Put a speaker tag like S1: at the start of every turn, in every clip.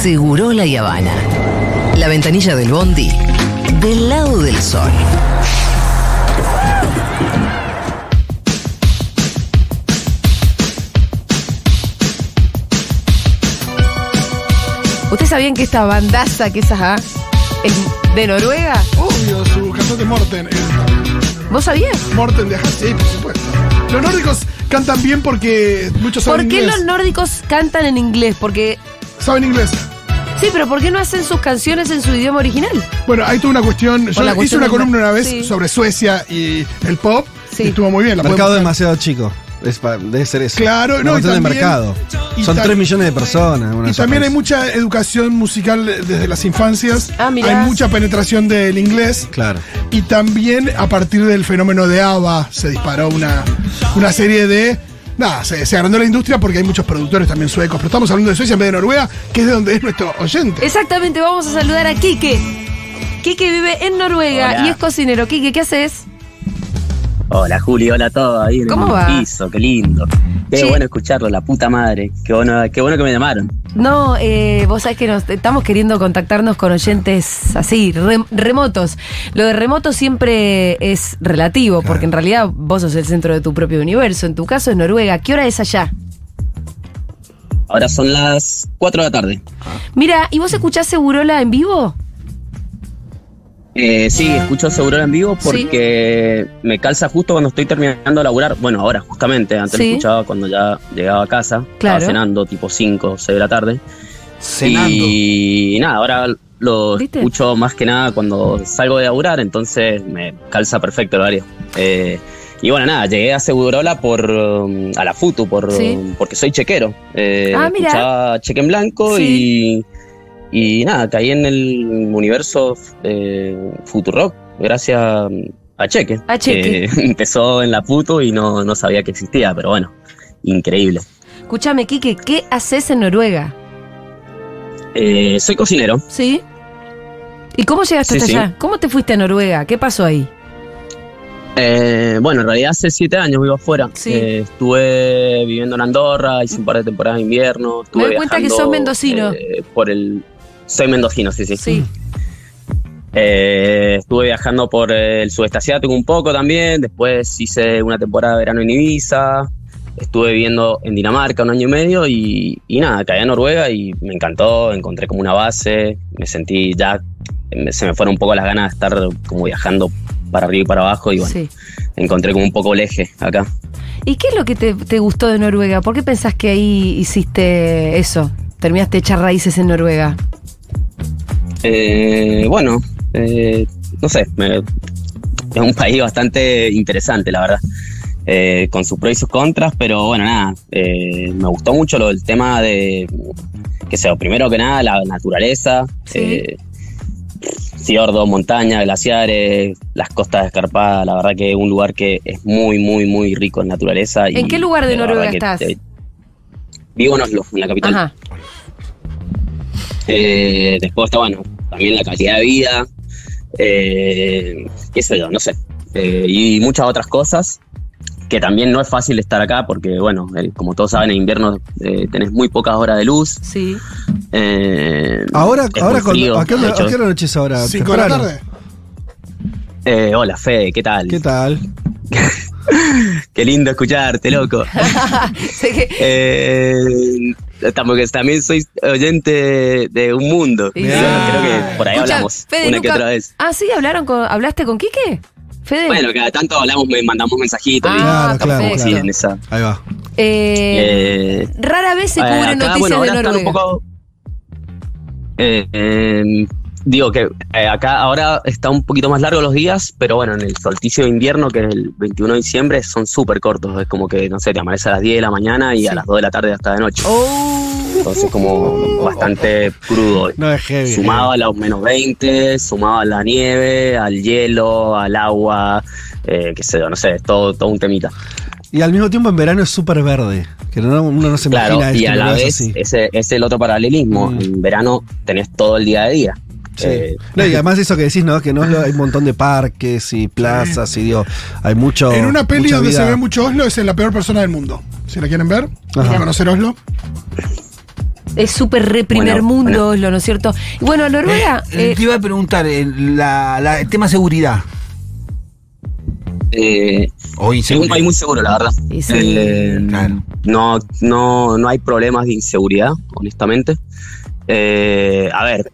S1: Seguro la Habana. La ventanilla del Bondi, del lado del sol.
S2: ¿Ustedes sabían que esta bandaza que es ajá, es de Noruega?
S3: Obvio, su canción de Morten. es
S2: ¿Vos sabías?
S3: Morten de Ajá, sí, por supuesto. Los nórdicos cantan bien porque muchos saben
S2: ¿Por qué
S3: inglés.
S2: los nórdicos cantan en inglés? Porque.
S3: Saben inglés.
S2: Sí, pero ¿por qué no hacen sus canciones en su idioma original?
S3: Bueno, hay toda una cuestión. Yo
S2: la
S3: hice
S2: cuestión
S3: una
S2: del-
S3: columna una vez
S2: sí.
S3: sobre Suecia y el pop.
S2: Sí.
S3: Y estuvo muy bien. La
S4: mercado
S3: podemos-
S4: demasiado chico. Es pa- debe ser eso.
S3: Claro,
S4: Una
S3: no, y
S4: cuestión de
S3: también-
S4: mercado.
S3: y
S4: Son
S3: ta-
S4: 3 millones de personas. una
S3: Y también hay
S4: sorpresa.
S3: mucha educación musical desde las infancias.
S2: Ah, mirá.
S3: Hay mucha penetración del inglés.
S4: Claro.
S3: Y también a partir del fenómeno de ABBA se disparó una, una serie de... Nada, se, se agrandó la industria porque hay muchos productores también suecos. Pero estamos hablando de Suecia en vez de Noruega, que es de donde es nuestro oyente.
S2: Exactamente, vamos a saludar a Quique. Quique vive en Noruega
S5: Hola.
S2: y es cocinero. Quique, ¿qué haces?
S5: Hola Juli, hola a todos ahí en
S2: ¿Cómo
S5: el
S2: va?
S5: piso, qué lindo. Qué
S2: Sí.
S5: bueno escucharlo, la puta madre. Qué bueno, qué bueno que me llamaron.
S2: No, eh, vos sabés que nos estamos queriendo contactarnos con oyentes así, rem- remotos. Lo de remoto siempre es relativo, porque en realidad vos sos el centro de tu propio universo. En tu caso es Noruega. ¿Qué hora es allá?
S5: Ahora son las 4 de la tarde.
S2: Mira, ¿y vos escuchás Segurola en vivo?
S5: Eh,
S2: Ah.
S5: sí, escucho Seguro en vivo porque me calza justo cuando estoy terminando de laburar. Bueno, ahora justamente, antes
S2: Sí.
S5: lo escuchaba cuando ya llegaba a casa. Estaba
S2: Claro.
S5: cenando tipo 5 o 6 de la tarde.
S6: Cenando.
S5: Y nada, ahora lo
S2: ¿Viste? Mm.
S5: escucho más que nada cuando salgo de laburar, entonces me calza perfecto el horario. Eh, y bueno, nada, llegué a Segurola por um, a la FUTU por,
S2: Sí.
S5: um, porque soy chequero. Eh,
S2: Ah, mirá.
S5: Escuchaba cheque en blanco
S2: Sí.
S5: y, y nada, caí en el universo eh, Futurock gracias mm, a Cheque.
S2: A Cheque.
S5: que empezó en la FUTU y no, no sabía que existía, pero bueno, increíble.
S2: Escuchame, Quique, ¿qué haces en Noruega?
S5: Eh, soy cocinero.
S2: ¿Sí? ¿Y cómo llegaste
S5: Sí,
S2: hasta
S5: sí.
S2: allá? ¿Cómo te fuiste a Noruega? ¿Qué pasó ahí?
S5: Eh, bueno, en realidad hace siete años vivo afuera.
S2: Sí.
S5: Eh, estuve viviendo en Andorra, hice un par de temporadas de invierno. Estuve
S2: Me doy cuenta
S5: viajando,
S2: que sos mendocino.
S5: eh, por el... Soy mendocino, sí, sí. Eh, estuve viajando por el sudeste asiático un poco también. Después hice una temporada de verano en Ibiza. Estuve viviendo en Dinamarca un año y medio y, y nada, caí a Noruega y me encantó. Encontré como una base. Me sentí ya. me- Se me fueron un poco las ganas de estar como viajando para arriba y para abajo y bueno
S2: sí.
S5: encontré como un poco el eje acá.
S2: ¿Y qué es lo que te, te gustó de Noruega? ¿Por qué pensás que ahí hiciste eso? Terminaste de echar raíces en Noruega.
S5: Eh, bueno, eh, no sé, me- es un país bastante interesante, la verdad. eh, con sus pros y sus contras, pero bueno, nada, eh, me gustó mucho lo del tema de, qué sé, yo, primero que nada, la naturaleza,
S2: Sí.
S5: eh, fiordos, montañas, glaciares, las costas escarpadas, la verdad que es un lugar que es muy, muy, muy rico en naturaleza. y
S2: ¿En qué lugar de
S5: la verdad
S2: Noruega
S5: que
S2: estás?
S5: te- vivo en Oslo, en la capital.
S2: Ajá.
S5: Eh, después está, bueno, también la calidad de vida, eh, qué sé yo, no sé. Eh, y muchas otras cosas que también no es fácil estar acá porque, bueno, eh, como todos saben, en invierno eh, tenés muy pocas horas de luz.
S2: Sí.
S5: eh,
S4: Ahora,
S5: es
S4: ahora
S5: muy
S4: con,
S5: frío,
S4: ¿a qué
S5: de
S4: hora,
S5: hecho.
S4: a qué hora noche es ahora?
S3: Cinco de la
S4: Temprano.
S3: tarde.
S5: Eh, hola, Fede, ¿qué tal?
S4: ¿Qué tal?
S5: Qué lindo escucharte, loco.
S2: Sé que-
S5: Eh, estamos que también soy oyente de un mundo.
S2: Sí.
S5: Yo creo que por ahí
S2: Escucha,
S5: hablamos
S2: Fede,
S5: una que
S2: nunca-
S5: otra vez.
S2: Ah, sí, hablaron con, ¿hablaste con Quique? Fede.
S5: Bueno, cada tanto hablamos, me mandamos mensajitos. y
S2: ah,
S4: Claro, claro,
S2: perfecto.
S5: Sí, en esa.
S4: Ahí va.
S2: Eh,
S5: Eh,
S2: rara vez se
S5: eh,
S2: cubren
S5: acá,
S2: noticias
S5: bueno,
S2: de
S5: ahora están
S2: Noruega.
S5: un poco- Eh, eh, digo que eh, acá ahora está un poquito más largo los días, pero bueno, en el solsticio de invierno, que es el 21 de diciembre, son súper cortos. Es como que, no sé, te amanece a las 10 de la mañana y
S2: Sí.
S5: a las 2 de la tarde hasta de noche.
S2: Oh.
S5: Entonces, como bastante crudo.
S4: No es heavy.
S5: Sumado a los menos 20, sumado a la nieve, al hielo, al agua, eh, qué sé yo, no sé, es todo, todo un temita.
S4: Y al mismo tiempo en verano es súper verde. Que no- uno no se
S5: Claro,
S4: imagina
S5: y
S4: esto,
S5: a
S4: pero
S5: la
S4: es
S5: vez eh,
S4: así.
S5: ese es el otro paralelismo.
S4: Mm.
S5: En verano tenés todo el día de día.
S4: Sí.
S5: Eh,
S4: No, y además eso que decís, ¿no? Que no hay un montón de parques y plazas y digo, hay mucho.
S3: En una peli
S4: mucha
S3: donde
S4: vida.
S3: se ve mucho Oslo es en La Peor Persona del Mundo. Si la quieren ver,
S4: Ajá.
S3: para conocer Oslo.
S2: es súper re primer
S5: Bueno,
S2: mundo, lo ¿no es cierto? Y bueno, Noruega.
S6: Eh,
S2: eh,
S6: te iba a preguntar, eh, la- la- el tema seguridad.
S5: Eh,
S6: O
S5: es un
S6: inseguridad.
S5: país muy seguro, la verdad.
S2: y sí.
S5: Eh,
S6: Claro.
S5: no, no, no hay problemas de inseguridad, honestamente. Eh, a ver,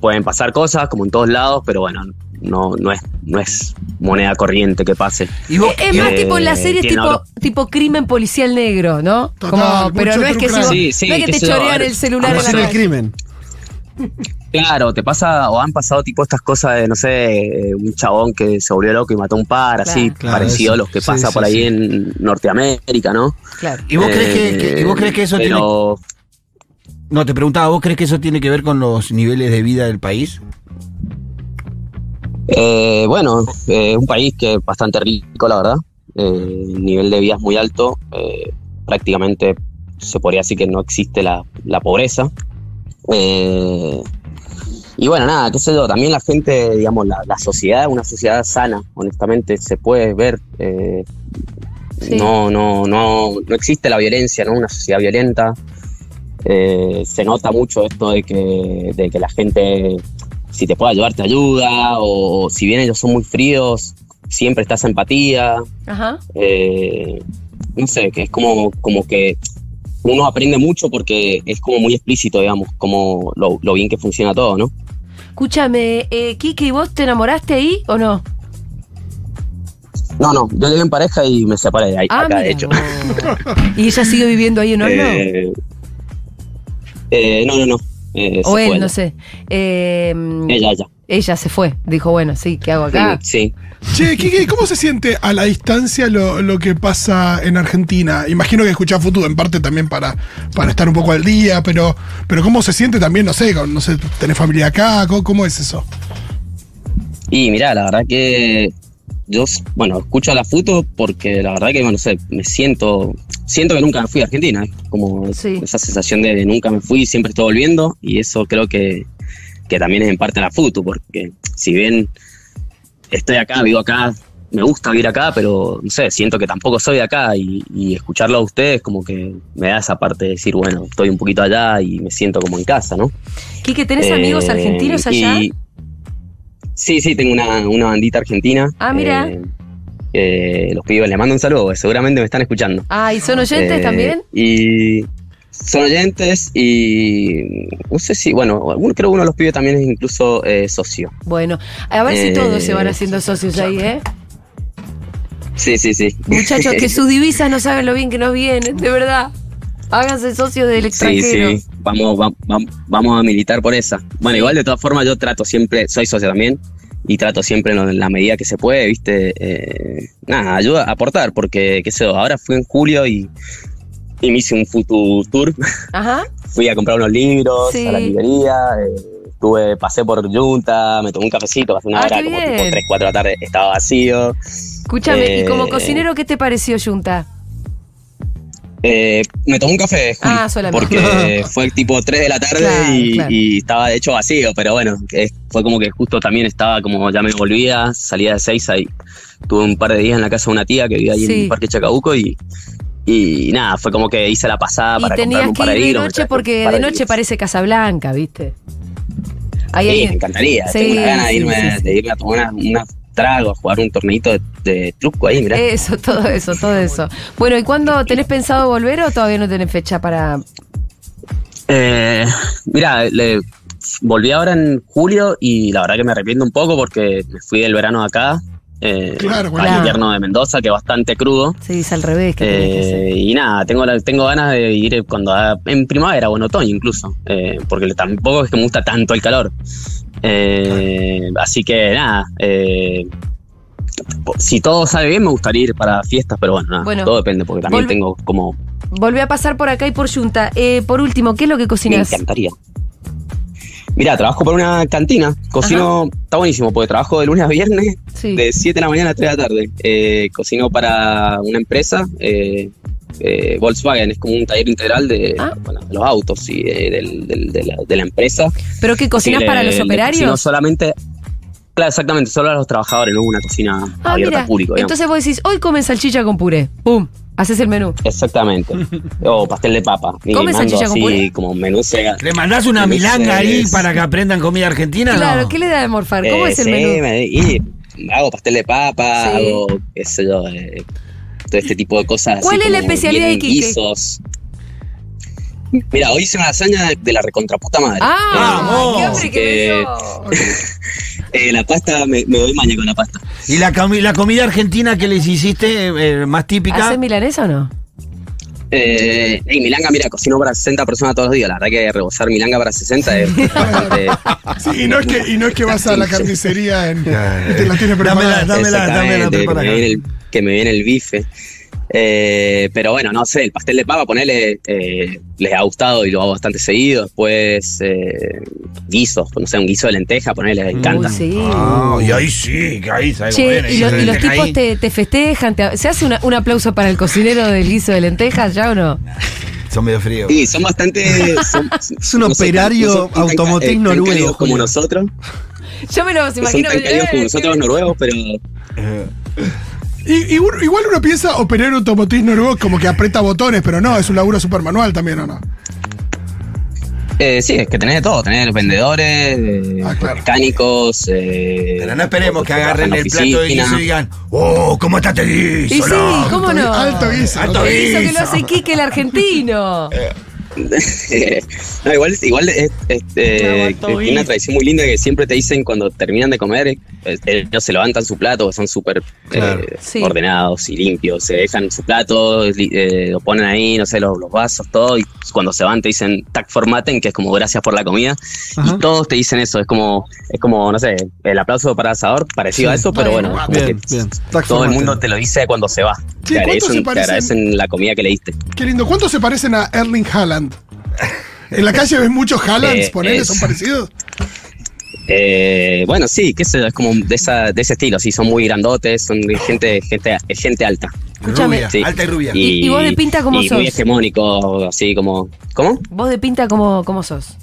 S5: pueden pasar cosas como en todos lados, pero bueno, no, no, es, no es moneda corriente que pase.
S6: Y vos-
S2: es más
S5: eh,
S2: tipo en la serie
S5: tiene
S2: tipo,
S5: otro-
S2: tipo crimen policial negro, ¿no?
S3: Total,
S2: Como, pero
S3: mucho
S2: no es que,
S3: true
S2: se-
S5: crime. Sí, sí,
S2: no es que
S5: qué
S2: te
S5: sé yo, a
S2: chorean
S5: ver,
S2: el celular en la
S4: Conocer el
S2: calle.
S4: crimen.
S5: Claro, te pasa o han pasado tipo estas cosas de, no sé, eh, un chabón que se volvió loco y mató a un par, así,
S2: Claro,
S4: claro,
S5: parecido a
S4: eso.
S5: los que
S4: Sí,
S5: pasa
S4: sí,
S5: por ahí
S4: sí.
S5: en Norteamérica, ¿no?
S2: Claro.
S6: ¿Y vos crees que,
S5: Eh,
S6: que- y vos crees que eso tiene...
S5: pero,
S6: No, te preguntaba, ¿vos crees que eso tiene que ver con los niveles de vida del país?
S5: Eh, bueno, eh, es un país que es bastante rico, la verdad. Eh, el nivel de vida es muy alto. eh, prácticamente se podría decir que no existe la, la pobreza. Eh, y bueno, nada, qué sé yo. También la gente, digamos, la, la sociedad es una sociedad sana, honestamente. Se puede ver. eh,
S2: Sí.
S5: No, no, no, no existe la violencia, ¿no? Una sociedad violenta. Eh, se nota mucho esto de que, de que la gente si te puede ayudar, te ayuda, o si bien ellos son muy fríos, siempre está esa empatía.
S2: Ajá.
S5: eh, no sé, que es como, como que uno aprende mucho porque es como muy explícito, digamos, como lo, lo bien que funciona todo, ¿no?
S2: Escúchame, eh, Kike, ¿y vos te enamoraste ahí o no?
S5: No, no, yo llegué en pareja y me separé de ahí, acá,
S2: Ah, mira
S5: de hecho.
S2: vos. ¿Y ella sigue viviendo ahí en Horno?
S5: Eh, eh, no, no, no. eh,
S2: o
S5: se
S2: él,
S5: fue,
S2: no sé. Eh, mm,
S5: Ella, ella.
S2: ella se fue. Dijo, bueno, sí, ¿qué hago acá?
S5: Sí.
S3: Che, Kike, ¿cómo se siente a la distancia lo, lo que pasa en Argentina? Imagino que escuchás Futu en parte también para, para estar un poco al día, pero, pero ¿cómo se siente también? No sé, con- no sé, ¿tenés familia acá? ¿Cómo, cómo es eso?
S5: Y mirá, la verdad que yo, bueno, escucho a la foto porque la verdad que, bueno, no sé, me siento, siento que nunca fui a Argentina, es como
S2: Sí.
S5: esa sensación de nunca me fui, siempre estoy volviendo y eso creo que, que también es en parte la foto porque si bien estoy acá, vivo acá, me gusta vivir acá, pero no sé, siento que tampoco soy de acá y, y escucharlo a ustedes como que me da esa parte de decir, bueno, estoy un poquito allá y me siento como en casa, ¿no?
S2: Quique, ¿tenés
S5: Eh,
S2: amigos argentinos allá?
S5: y- sí, sí, tengo una, una bandita argentina.
S2: Ah, mira.
S5: Eh, eh, los pibes les mando un saludo, seguramente me están escuchando.
S2: Ah, ¿y son oyentes
S5: Eh,
S2: también?
S5: Y son oyentes y no sé si, bueno, alguno- creo que uno de los pibes también es incluso eh, socio.
S2: Bueno, a ver si
S5: eh,
S2: todos se van haciendo socios ahí, ¿eh?
S5: Sí, sí, sí.
S2: Muchachos, que sus divisas no saben lo bien que nos vienen, de verdad. Háganse socios del
S5: Sí,
S2: extranjero.
S5: sí, vamos, va- va- vamos a militar por esa. Bueno, igual de todas formas yo trato siempre, soy socio también, y trato siempre en lo- en la medida que se puede, viste, Eh, nada, ayuda a aportar, porque, qué sé yo, ahora fui en julio y, y me hice un futu tour,
S2: Ajá.
S5: fui a comprar unos libros
S2: Sí.
S5: a la librería, eh, estuve, pasé por Junta, me tomé un cafecito, pasé una
S2: Ah,
S5: hora,
S2: qué
S5: como
S2: bien.
S5: tipo 3, 4 de la tarde, estaba vacío.
S2: Escúchame, ¿y como
S5: Eh,
S2: cocinero qué te pareció, Junta?
S5: Eh, me tomé un café, Juli,
S2: Ah, solamente.
S5: porque fue tipo 3 de la tarde
S2: Claro,
S5: y,
S2: claro.
S5: y estaba de hecho vacío, pero bueno, eh, fue como que justo también estaba como ya me volvía, salía de 6 ahí. Tuve un par de días en la casa de una tía que vivía ahí en
S2: Sí.
S5: el Parque Chacabuco y, y nada, fue como que hice la pasada
S2: Y
S5: Ah, para comprarme
S2: tenías
S5: un
S2: que
S5: par de
S2: ir de
S5: libros. me
S2: noche
S5: traje un
S2: porque
S5: par
S2: de noche
S5: libros.
S2: parece Casablanca, ¿viste? Ahí
S5: Sí,
S2: hay-
S5: me encantaría,
S2: Sí,
S5: tengo una gana de
S2: sí,
S5: irme,
S2: sí, sí.
S5: de irme a tomar una- unas tragos, a jugar un torneito de, de truco ahí, mirá.
S2: Eso, todo eso, todo eso. Bueno, ¿y cuándo tenés pensado volver o todavía no tenés fecha para...?
S5: Eh, mira, le- volví ahora en julio y la verdad que me arrepiento un poco porque me fui del verano acá, eh,
S3: Claro,
S5: al
S2: claro.
S5: invierno de Mendoza, que es bastante crudo.
S2: Sí, es al revés que tenés que hacer.
S5: Eh, y nada, tengo, la- tengo ganas de ir cuando haga- en primavera o en otoño incluso, eh, porque le- tampoco es que me gusta tanto el calor. Eh, Así que nada, eh, po- si todo sale bien me gustaría ir para fiestas, pero bueno, nada,
S2: Bueno,
S5: todo depende, porque también
S2: volve-
S5: tengo como...
S2: Volví a pasar por acá y por Junta. Eh, por último, ¿qué es lo que cocinas?
S5: Me encantaría. Mira, trabajo por una cantina. Cocino, está buenísimo, porque trabajo de lunes a viernes,
S2: Sí.
S5: de 7 de la mañana a 3 de la tarde. Eh, cocino para una empresa, eh, eh, Volkswagen, es como un taller integral de,
S2: Ah.
S5: bueno, de los autos y eh, del- del- de, la, de la empresa.
S2: ¿Pero qué cocinas
S5: Sí, le-
S2: para los
S5: le eh, Cocino
S2: operarios?
S5: solamente. Claro, exactamente, solo a los trabajadores, no es una cocina
S2: Ah,
S5: abierta
S2: mira.
S5: al público. digamos.
S2: Entonces vos decís, hoy comen salchicha con puré. ¡Pum! Haces el menú.
S5: Exactamente. O pastel de papa. Y
S2: ¿Comes
S5: mando
S2: salchicha con
S5: así
S2: puré?
S5: como menú sega.
S6: ¿Le mandás una
S5: Menú
S6: milanga ahí
S5: segas.
S6: para que aprendan comida argentina?
S2: Claro,
S6: no?
S2: ¿qué le da de morfar? ¿Cómo
S5: Eh,
S2: es el
S5: sí,
S2: menú?
S5: me- y hago pastel de papa,
S2: Sí.
S5: hago, qué sé yo, eh, todo este tipo de cosas. así
S2: ¿Cuál es la
S5: como
S2: especialidad de
S5: bien
S2: Quique?
S5: guisos. Mira, hoy hice una lasaña de la recontraputa madre. Eh,
S2: ¡Ah!
S6: Vamos.
S2: ¡Qué
S5: Así
S2: hambre que
S5: que,
S2: me dio!
S5: eh, la pasta, me, me doy maña con la pasta.
S6: ¿Y la, comi- la comida argentina que les hiciste eh, eh, más típica?
S2: ¿Haces milanesa o no?
S5: Eh, y Milanga, mira, cocino para 60 personas todos los días. La verdad que rebosar Milanga para 60 es bastante.
S3: Sí, y no es que, y no es que vas a la carnicería en, y te la tienes
S6: Dámela,
S3: preparada.
S6: dámela, dámela,
S5: Exactamente,
S6: prepara
S5: que,
S6: acá.
S5: me viene el, que me viene el bife. Eh, pero bueno, no sé, el pastel de papa, ponele, eh, les ha gustado y lo hago bastante seguido. Después, eh, guisos, no sé, un guiso de lenteja, ponele, les encanta.
S2: Uy, sí.
S6: Ah, y ahí sí, que ahí sabe
S2: Che,
S6: comer, ahí
S2: y, los-
S6: sabe
S2: y los
S6: comer.
S2: tipos
S6: Ahí.
S2: te, te festejan. te- ¿Se hace una- un aplauso para el cocinero del guiso de lentejas ya o no?
S6: Son medio fríos.
S5: Sí, son bastante. son-
S4: Es un
S5: no son tan-
S4: operario
S5: no son tan ca-
S4: automotriz
S5: eh, tan
S4: noruego,
S5: cálidos como
S4: Julián.
S5: nosotros.
S2: Yo me los
S5: No son
S2: imagino.
S5: tan cálidos como
S2: eh,
S5: nosotros los noruegos, pero.
S3: Y, y uno- igual uno piensa operar automotriz noruego como que aprieta botones, pero no, es un laburo super manual también, ¿o no?
S5: Eh, sí, es que tenés de todo, tenés los vendedores, eh,
S3: Ah, claro.
S5: mecánicos. eh,
S6: Pero no esperemos
S5: los
S6: que
S5: trabajan
S6: agarren
S5: en
S6: el plato de
S5: oficina.
S6: guiso y digan, ¡Oh, cómo está este guiso!
S2: Y sí,
S6: no?".
S2: ¿cómo no?
S3: Alto guiso.
S6: Alto
S2: El guiso que lo
S6: guiso.
S2: hace Quique el argentino.
S5: no, igual igual es, es, eh, tiene una tradición muy linda que siempre te dicen cuando terminan de comer, eh, ellos se levantan su plato, son súper
S4: Claro.
S5: eh,
S2: Sí.
S5: ordenados y limpios, se dejan su plato, li- eh, lo ponen ahí, no sé, los, los vasos, todo, y cuando se van te dicen tac formaten, que es como gracias por la comida, y todos te dicen eso, es como, es como, no sé, el aplauso para asador, parecido a eso, pero
S2: Bueno,
S5: bueno, es como
S4: bien,
S5: que
S4: bien. Tac
S5: todo el
S4: formaten.
S5: mundo te lo dice cuando se va.
S3: Sí,
S5: te,
S3: ¿cuánto se
S5: agradecen, te
S3: parecen?
S5: agradecen la comida que le diste.
S3: Qué lindo. ¿Cuántos se parecen a Erling Haaland? En la calle ves muchos Haalands,
S5: Eh,
S3: ponele,
S5: es-
S3: son parecidos.
S5: Eh, bueno, sí, que es, es como de, esa, de ese estilo, sí, son muy grandotes, son de gente, gente, gente alta.
S2: Escúchame.
S6: Rubia,
S5: Sí.
S6: alta y rubia.
S2: ¿Y- y vos de pinta cómo
S5: y
S2: sos?
S5: muy hegemónico, así como... ¿Cómo?
S2: Vos de pinta, ¿cómo, cómo sos?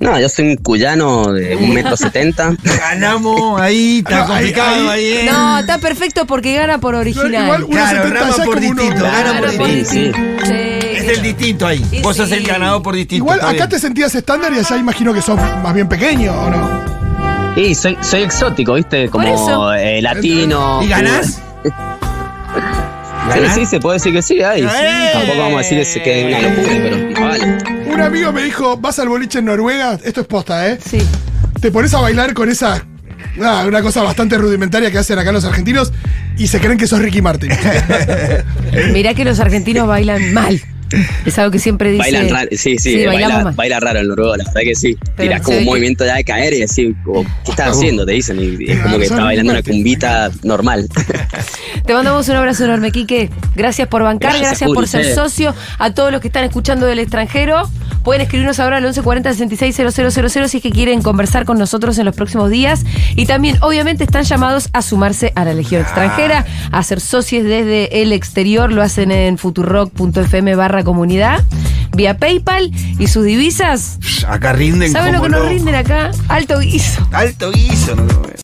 S5: No, yo soy un cuyano de un metro setenta.
S6: Ganamos ahí, está
S3: No, ahí-
S6: complicado ahí. ¿eh?
S2: No, está perfecto porque gana por
S3: Igual
S2: original.
S3: uno
S6: Claro,
S3: 70
S6: rama
S3: ya es
S6: por
S3: como uno-
S6: distinto, gana
S2: Claro,
S6: por
S2: por
S6: distinto.
S5: sí.
S2: distinto. Sí,
S6: Es el distinto ahí.
S2: Y
S6: Vos sos
S2: sí.
S6: el ganador por distinto.
S3: Igual
S6: está
S3: acá te
S6: bien.
S3: sentías estándar y allá imagino que sos más bien pequeño, ¿o no?
S5: Y soy, soy exótico, ¿viste?
S2: Por eso.
S5: Como eh, latino.
S6: ¿Y ganás?
S5: Sí,
S6: ¿Ganás?
S5: sí, se puede decir que sí, ay, sí.
S6: ¡Eh!
S5: Tampoco vamos a decir que se- que es una locura, pero más vale.
S3: Un amigo me dijo, vas al boliche en Noruega, esto es posta, ¿eh?
S2: Sí.
S3: Te pones a bailar con esa... nada, una cosa bastante rudimentaria que hacen acá los argentinos y se creen que sos Ricky Martin.
S2: Mirá que los argentinos bailan mal. Es algo que siempre dice.
S5: Bailan raro, sí, sí, eh,
S2: bailamos
S5: baila,
S2: mal.
S5: baila raro el noruego, la verdad que sí.
S2: Pero
S5: Tirás como
S2: se ve
S5: un
S2: que-
S5: movimiento ya de caer y así, como, ¿qué estás haciendo? Te dicen, y es como que está bailando una cumbita normal.
S2: Te mandamos un abrazo enorme, Quique. Gracias por bancar, gracias,
S5: Gracias,
S2: por
S5: Juli,
S2: ser
S5: ustedes.
S2: socio. A todos los que están escuchando del extranjero, pueden escribirnos ahora al 1140-660000 si es que quieren conversar con nosotros en los próximos días. Y también, obviamente, están llamados a sumarse a la Legión Extranjera, a ser socios desde el exterior. Lo hacen en futurock.fm barra comunidad, vía PayPal y sus divisas.
S6: Acá rinden
S2: ¿Saben lo
S6: como
S2: que nos
S6: loco.
S2: rinden acá? Alto guiso.
S6: Alto guiso. no, no, eh.